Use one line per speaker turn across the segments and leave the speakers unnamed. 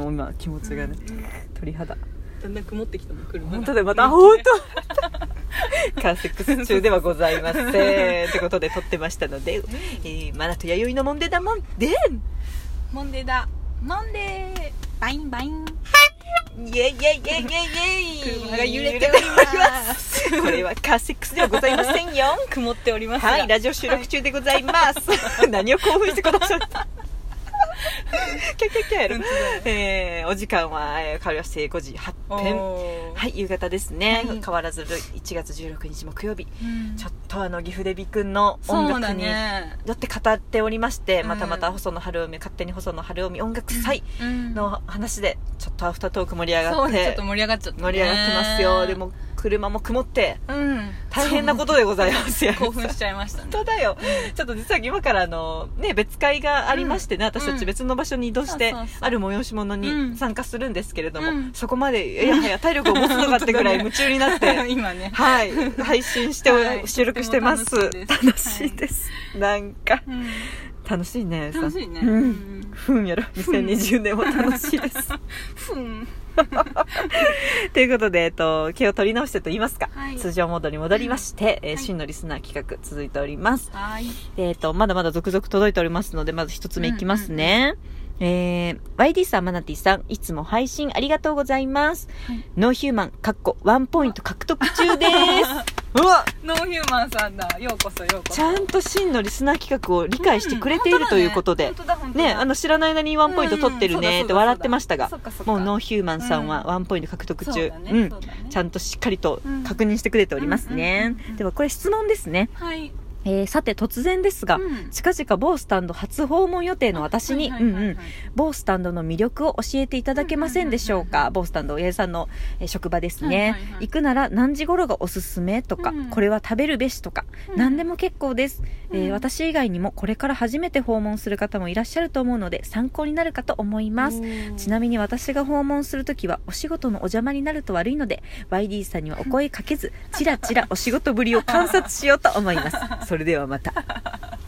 今気持ちがね鳥肌
だんだん曇ってきたの車が
本当でまたあ本当カーセックス中ではございま せんってことで撮ってましたので、えー、マナと弥生のもんでだもんでん
モンデーだモンデーバインバイン
イエイイエイイエイイエイイエイ
車が揺れて
揺
お
れ
ります
これはカーセックスではございませんよ
曇っておりますが
はいラジオ収録中でございます、 何を興奮してくださったキャキャキャやる、えー、お時間はえー変わりまして5時
お
8
ー
分はい夕方ですね、
はい
変わらず1月16日木曜日
うん
ちょっとあの岐阜デビ君の音
そうだ
楽に
ね
よって語っておりまして、
うん
またまた細野晴臣勝手に細野晴臣音楽祭
うん
の話でちょっとアフタートーク盛り上が
そ
っ
うねちょってと盛り上がっちゃったね
盛り上がってますよでも車も曇って
うん
大変なことでございますよ
興奮しちゃいましたね
本当だよちょっと実は今からあの、ね、別会がありましてね、私たち別の場所に移動して、
そうそうそう
ある催し物
う
に
ん
参加するんですけれども、
うん
そこまでいやはや体力を持つのかってぐらい夢中に なって。
今ね
はい、配信して、
はい
収録してます
とても
楽
楽
し
し
い
い
で、
です
なんか
うん
楽しいね
楽しいね
さう
うんん
ふんやろ2020年も楽しいです
ふん
ということで、えっと、気を取り直してと言いますか、
はい
通常モードに戻りまして、えー
はい
真のリスナー企画続いております
はい
でえっと、まだまだ続々届いておりますので、まず一つ目いきますね。えー、YD さん、マナティさん、いつも配信ありがとうございます。
はい
ノーヒューマン、かっこ、ワンポイント獲得中 です。うわ
ノーヒューマンさんだようこそようこそ
ちゃんと真のリスナー企画を理解してくれているということで
本、当だ本当だ
ね、あの、知らない間にワンポイント取ってるねって笑ってましたが、もうノー
ー
ヒューマンさんは
うん
ワンポイント獲得中。
う
うん
ん
ちゃんとしっかりと確認してくれておりますね
うんうんうんう。ん
では、これ質問ですね。
はい
えー、さて、突然ですが、近々某スタンド初訪問予定の私に、うんうん、某スタンドの魅力を教えていただけませんでしょう
うんうんうん
か
うん
某スタンド八重さんのえー職場ですね、
はいはいはい
行くなら何時頃がおすすめとか、
うん
これは食べるべしとか、何でも結構です、えー
うん
私以外にもこれから初めて訪問する方もいらっしゃると思うので参考になるかと思いますちなみに私が訪問するときはお仕事のお邪魔になると悪いので YD さんにはお声かけずチラチラお仕事ぶりを観察しようと思い ますそれではまた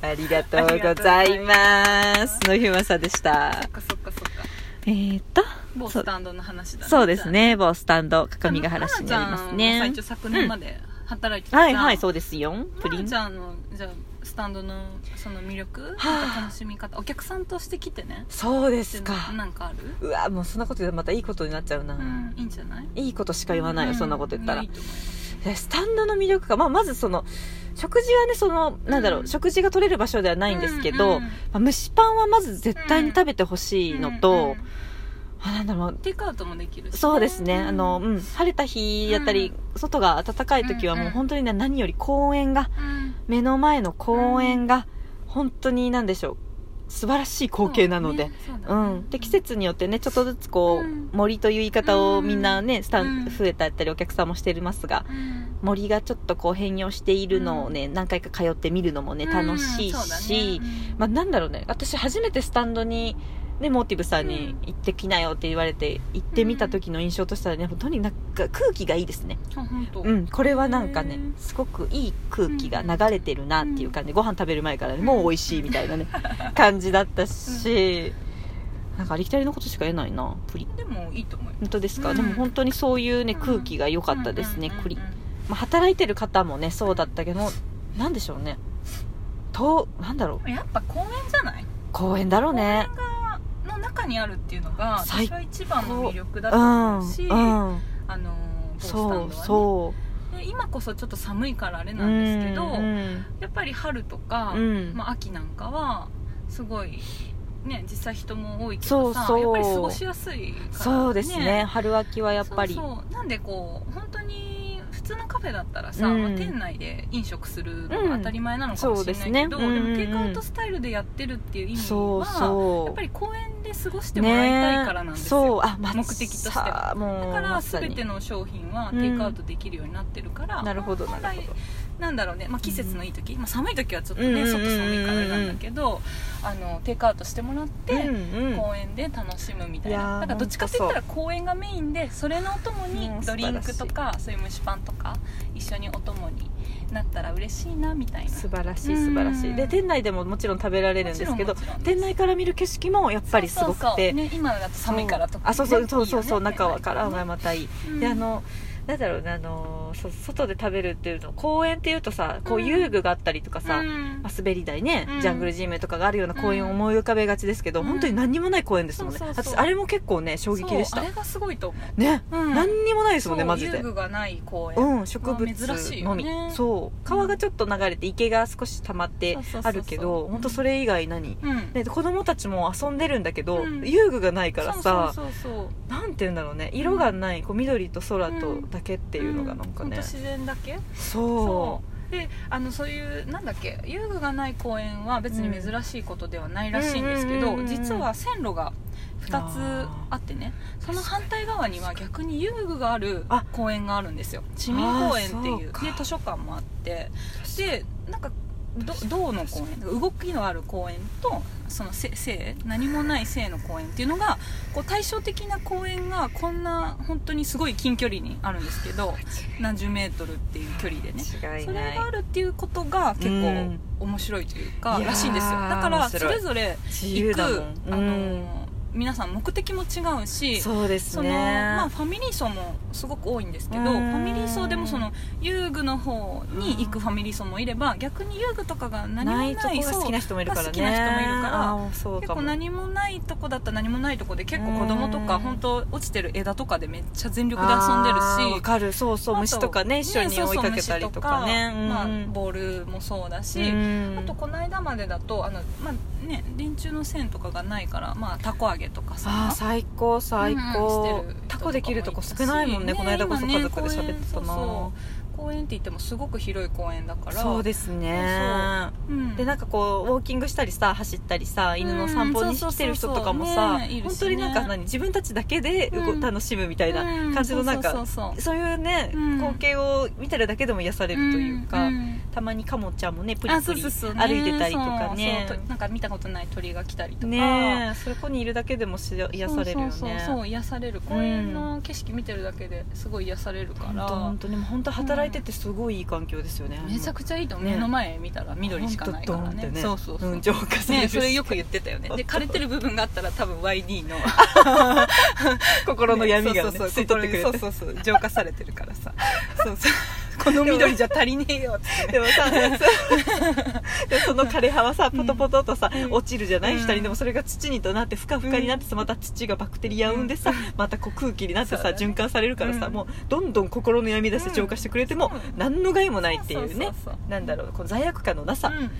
ありがとうございますのひまさんでした
そっかそっかそっか
えー、っと
某スタンドの話だ
そうですね某スタンド各務原市にあります
あの
ね
花ちゃんは最初昨年まで働いてた
はいはい
うん
そうですよプリン
じゃあのじゃあスタンドのその魅力
はあ
楽しみ方お客さんとして来てね
そうで
です
か
なんかある
うわもうそんなこと言うとまたいいことになっちゃうな、
うんいいんじゃない
いいことしか言わないよ、そんなこと言ったら
うんいいと思います
でスタンドの魅力が、まあ、まずその食事はねそのなんだろう、
うん
食事が取れる場所ではないんですけど、
うんうん
まあ蒸しパンはまず絶対に食べてほしいのと、
うんうん
あなんだろう
テイクアウトもできるし
そうですね、
ん
あの、うん、晴れた日やったり、外が暖かい時はもう本当にね何より公園が
うん
目の前の公園が本当に何でしょう素晴らしい光景なので。
そうねそう
う
だね
ん、で季節によってねちょっとずつこう、
うん
森という言い方をみんなね、スタン
うん
増えたったりお客さんもしてますが
うん
森がちょっとこう変容しているのをね、何回か通ってみるのもね楽しいし、まあ、なんだろうね私初めてスタンドに、ね、モーティブさんに行ってきなよって言われて行ってみた時の印象としてはね本当になんか空気がいいですね、
あ本当
うん、これはなんかね
へー
すごくいい空気が流れてるなっていう感じご飯食べる前からねもう美味しいみたいなね感じだったしなんかありきたりのことしか言えないなプリ
でもいいと思いま
本当ですか、
うん
でも本当にそういうね空気が良
す
かったですね、
うんうんうん
栗まあ、働いてる方もねそうだったけどなんでしょうねとなんだろう
やっぱ公園じゃない
公園だろうね
の中にあるっていうのが
最
私は一番の魅力だ
う
と
ん
思
う
うし、
ん
あのボースタンドは
そ
ね
うそ
で今こそちょっと寒いからあれ
う
なんですけど、
うん
やっぱり春とか、
うん
まあ、秋なんかはすごいね実際人も多いけどさ
そうそう
やっぱり過ごしやすいから、ね、
そうですね春秋はやっぱり
そうそうなんでこう本当に普通のカフェだったらさ、
うん
まあ、店内で飲食するのが当たり前なのかもしれないけど、
うんそうですねうんうんうん
でもテイクアウトスタイルでやってるっていう意味は
そうそう
やっぱり公園で過ごしてもらいたいからなんですよ、
ねそうあ、まあ、
目的としては
さあもう
だから
まさに
全ての商品は
うん
テイクアウトできるようになってるから、
なるほどな
本
る
来
ほど
なんだろうね、まあ、季節のいい時、まあ、寒い時はちょっと
うんうんう
ね
んうん
外寒いからあれなんだけどあのテイクアウトしてもらって、
うんうん
公園で楽しむみたい
いやー
ななんかどっちかって言ったら公園がメインでそれのお供
う
に
ん
ドリンク
素
と
晴
かそういう蒸しパンとか一緒にお供になったら嬉しいなみたいな
素晴らし
う
い
ん
素晴らしいで店内でももちろん食べられるんですけど
もちろんもちろん
店内から見る景色もやっぱりすごくて
そうそうそうね、今だと寒いからとかね、
あそうそうそうそうそう
いいよね
中はからがまたいい、
うん
であのなんだろうねあのそ外で食べるっていうの公園っていうとさこう
うん
遊具があったりとかさ、
うん
まあ滑り台ね、
うん
ジャングルジムとかがあるような公園を
うん
思い浮かべがちですけど、
うん
本当に何にもない公園ですもんね、
そうそうそう
私あれも結構ね衝撃でし
そ
た
うあれがすごいと思う
ね、
うん
何にもないです
そ
もんね
う
マジで
遊具がない公園、
うん植物
まあ珍しい
の
よ
み、
ね
そう川がちょっと流れて池が少し溜まって
そうそうそうそ
あ
う
るけど本当それ以外何
うん
で子供たちも遊んでるんだけど、
うん
遊具がないからさ
そうそうそうそうっ
なんて言うんだろうね色がない、こう緑と空とだけって
て
いうのがなんかね、
自然だけ
そ
そうであのそういうなんだっけ遊具がない公園は別に珍しいことではないらしいんですけ
うんうん
ど
うんうんうん
実は線路が2つあってねその反対側には逆に遊具がある
あ
公園があるんですよ市民公園って
あー
い
そう
う
か
で図書館もあってでなんかど銅の公園動きのある公園とそのせ性何もない性の公園っていうのがこう対照的な公園がこんな本当にすごい近距離にあるんですけど何十メートルっていう距離でね
違い
それ
ない
があるっていうことが結
う
構
ん
面白いというか、
いやー
らしいんですよだか
面
らそ
白い
れぞれ
自
行
由
く、
だもん、
あ
うん
の皆さん目的も違うし
そうです
その
ね
まあ、ファミリー層もすごく多いんですけど
うん
ファミリー層でもその遊具の方に行くファミリー層もいれば逆に遊具とかが何も
な
ないい
とこが
そう
好きな人もいるからね
好きな人もいるから
あーそう
結
かも
構何もないとこだったら何もないとこで結構子供と
う
か
ん
本当落ちてる枝とかでめっちゃ全力で遊んでる
あー
し
わかるそうそう
あと
虫とかね一緒に追いかけたりとかね
そうそう虫とか
うん
まあ、ボールもそうだし、
うん
あとこの間までだとあの、まあね、電柱の線とかがないから、まあ、たこ揚げとか
あ
さ
ー最高最
うん
高
してる人とかもい、たし
タコできるとこ少ないもんねこの間こそ家族で喋ってたな、
ね今ね公園そうそう公園って言ってもすごく広い公園だから
そうですね
うん
でなんかこうウォーキングしたりさ走ったりさ犬の散歩に来てる人とかも
うんそうそうそう
さ
ねいるしね
本当になんか何自分たちだけでこう
うん
楽しむみたいな
うん
感じのなん
そ
か
うそうそう
そういうね
うん
光景を見てるだけでも癒され
そう
るというか
んん
たまにカモちゃんもねプリ
あ
プ
そう
リ
そう
歩
そう
い
ね
てたりとかね
そうそうなんか見たことない鳥が来たりとか
ねえそこにいるだけでもし癒されるよ
そうそう
ね
そうそう癒される公園の景色見てるだけですごい癒されるか
本
ら、
当本当に本当働いててすごいいい環境ですよね
めちゃくちゃいいと思う、
ね
目の前見たら緑しかないから
ほんとドン
ね
ってね
そうそうそう、
うん浄化され
ね、
るし
それよく言ってたよねで枯れてる部分があったら多分 YD の
心の闇が
そう
ね
そう
吸
そう
い取ってくれて
そうそうそう浄化されてるからさそうそう この緑じゃ足りねえよって
でもさそうでもその枯れ葉はさ
うん
ポトポトとさ、
うん
落ちるじゃない、
うん
下にでもそれが土にとなってふかふかになってさまた土がバクテリアを生んでさ、またこう空気になって
そ
さ、
うだね
循環されるからさ、
うん
もうどんどん心の闇出して浄化してくれても、
うん
何の害もないっていうね
そうそうそう
なんだろうこの罪悪感のなさ、
うん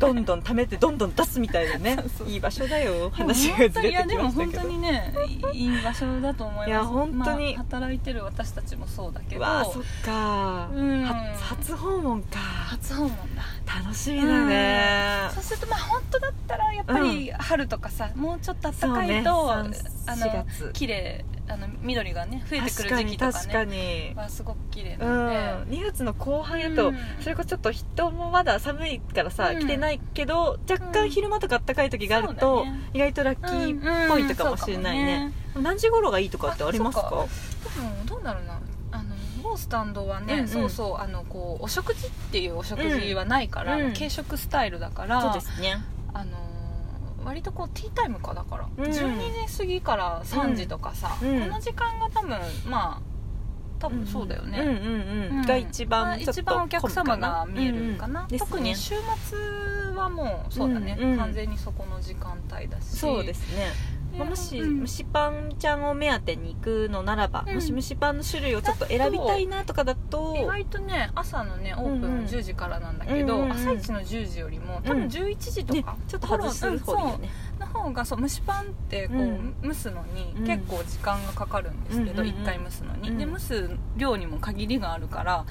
どんどん溜めてどんどん出すみたいなね
そうそう
いい場所だよ話がずれてきましたけど
いやでも本当にねいいい場所だと思います
いや本当に
まあ働いてる私たちもそうだけ
う
ど
わあそっか、
うん
は初訪問か
初訪問だ
楽しみだね、
そうするとまあ本当だったらやっぱり春とかさ、もうちょっと暖かいと、
そうね
あ
3 4
の
月
綺麗あの緑がね増えてくる時期とか
確か
ね
に
はすごく綺麗
う
なん
ん、
で、
2月の後半やと、
うん
それこそちょっと人もまだ寒いからさ、
うん
来てないけど若
う
干
ん
昼間とか暖かい時がある
そ
と、
うだね
意外とラッキーっぽいとかもしれないね,、
うんうん
何時頃がいいとかってありますか
あそうかもね多分どうだろうなあの某スタンドはね、
うんうん
そうそうあのこうお食事っていうお食事はないから、
うん
軽食スタイルだから
そうですね
あのー割とこうティータイムかだから、
うん
12時過ぎから3時とかさ、
うん
この時間が多分まあ多分そうだよね、
うんうんうん、
うん
が一
まあ
番ちょっと
一番お客様が見えるかな、
うんうん
特に
ですね
週末はもうそうだね、
うんうん
完全にそこの時間帯だし
そうですね、
で
まあもし、
うん
蒸しパンちゃんを目当てに行くのならば、
うん
もし蒸しパンの種類をちょっと選びたいなとかだと
意外とね朝のねオープ
うんうん
ン10時からなんだけど、
うんうんうん
朝一の10時よりも多
うん
分11時と
ね
か、、
ちょっと外す方でいいよね
の方がそう蒸しパンってこう、
うん
蒸すのに
うん
結構時間がかかるんですけど、
うんうんうん
1回蒸すのに、で
うん
蒸す量にも限りがあるから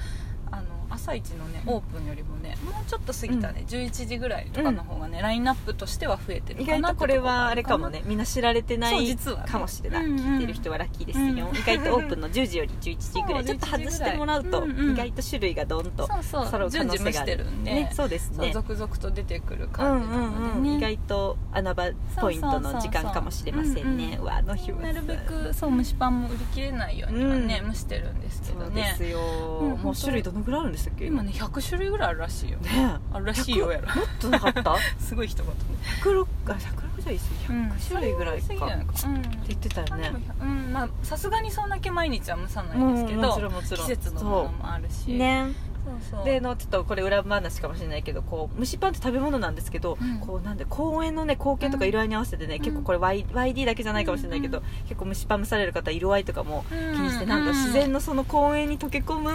あの朝一のねオープンよりもねもうちょっと過ぎたね、11時ぐらいとかの方がね、ラインナップとしては増えてる
意
か
外
な
と
って
これはあれかもねみんな知られてな
そう
い
実はね
かもしれない、
うんう
聞
ん
いてる人はラッキーですよ、
うん
意外とオープンの10時より11時ぐらいち
そ
ょ
う
っと外
11
してもらうと
ぐらいうんうん
意外と種類がどんと
そうそう
揃う可
順
能
次
性
蒸
が
し
あ
て
る
るんで、
ねそうです
そう
ね
続々と出てくる
うんう
感じなのでね、
んうん、意外と穴場ポイントの時間かもしれませんね
そうそうそうそううんうん
うわあの日は
なるべくそう蒸しパンも売り切れないようにはね、
うん
蒸してるんですけ
そ
ど
うで
ね
すよ、
うん
もう種類どのぐらいあるんでしたっけ
今ね100種類ぐらいあるらしいよ
ね
あるらしいよやろ
もっとなかった
すごい一言
106あ106じゃいいっすよ100種類ぐらいか、
うんそれは
って
多すぎないか
言ってたよ
うん
ね
まあでもうんまあさすがにそんだけ毎日は蒸さないんですけど、
もちろんもちろん
季節のものもあるし
ね
そうそう
であのちょっとこれ裏話かもしれないけどこう蒸しパンって食べ物なんですけど、
うん
こうなんで公園のね光景とか色合いに合わせてね、
うん
結構これ Y YD だけじゃないかもしれないけど、
う
結構蒸しパン蒸される方色合いとかも気
気
にして、なんか自然のその公園に溶け込む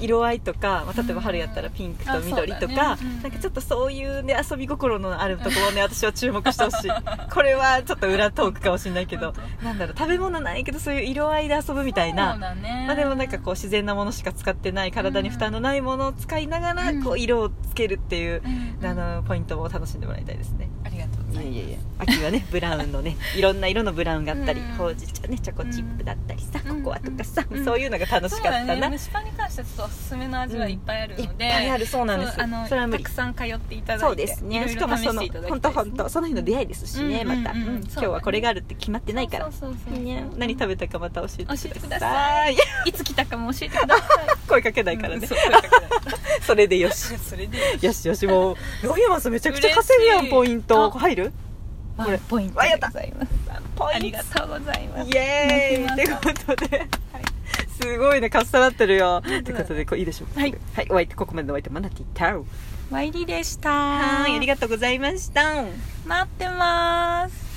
色合いとか、まあ、例えば春やったらピンクと緑と
うん
か、
あそうだねうん
なんかちょっとそういうね遊び心のあるとこ ろをね私は注目してほしいこれはちょっと裏トークかもしれないけど
本
なんだろう食べ物ないけどそういう色合いで遊ぶみたいな
そうだね
まあ、でもなんかこう自然なものしか使ってない体に負担のないものを使いながら
うん
こう色をつけるっていう、
うん
あのポイントも楽しんでもらいたいですね
ありがとうご
い
ざ
や
います
いやいや秋はねブラウンの ねいろんな色のブラウンがあったり、
うん
ほうじ茶ねチョコチップだったりさ、
うん
ココアとかさ、
うん
そういうのが楽しかった
そうだ
な、
ね蒸しパンに関してはちょっとおすすめの味はいっぱいある
いっ
ので、
ぱいあるそうなんです
そうあの
それは無理
たくさん通っていただいて
そうですね
い
し
ろ
か
い
もそ
ろ試し
の
ていただき
本
た
当
いです
本当その日の出会いですしね、
うん
また、
うんうん
うん
うん
今日はこれがあるって決まってないから
そうそうそうそう
ね、何食べたかまた教えてください
教えてくださいつ来たかも教えてくださ
声かけないいから
うん
ね、
そう声かけない
それでよ し
それで
よしよしもうロビーマスめちゃくちゃ稼ぐや
嬉
ん
しい
ポイン
あ
ト入る
ワ
これ
ンポイント
わ
で
やっ
ご
た
ざいます
ポ
ありがとうございます
イエーイ
あ
っ
り
て
が
ことで、すごいねかっさらってるよと
本当だ
いうことでこういいでしょうか
はい
はいお相手ここまでのお相手マナティタウ
ワイリでした
はいありがとうございました
待ってます